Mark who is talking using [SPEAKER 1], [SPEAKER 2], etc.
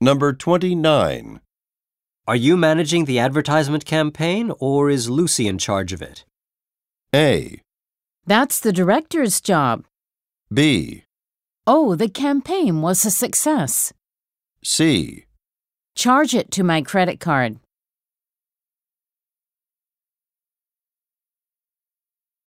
[SPEAKER 1] Number 29.
[SPEAKER 2] Are you managing the advertisement campaign or is Lucy in charge of it?
[SPEAKER 1] A.
[SPEAKER 3] That's the director's job.
[SPEAKER 1] B.
[SPEAKER 3] Oh, the campaign was a success.
[SPEAKER 1] C.
[SPEAKER 3] Charge it to my credit card.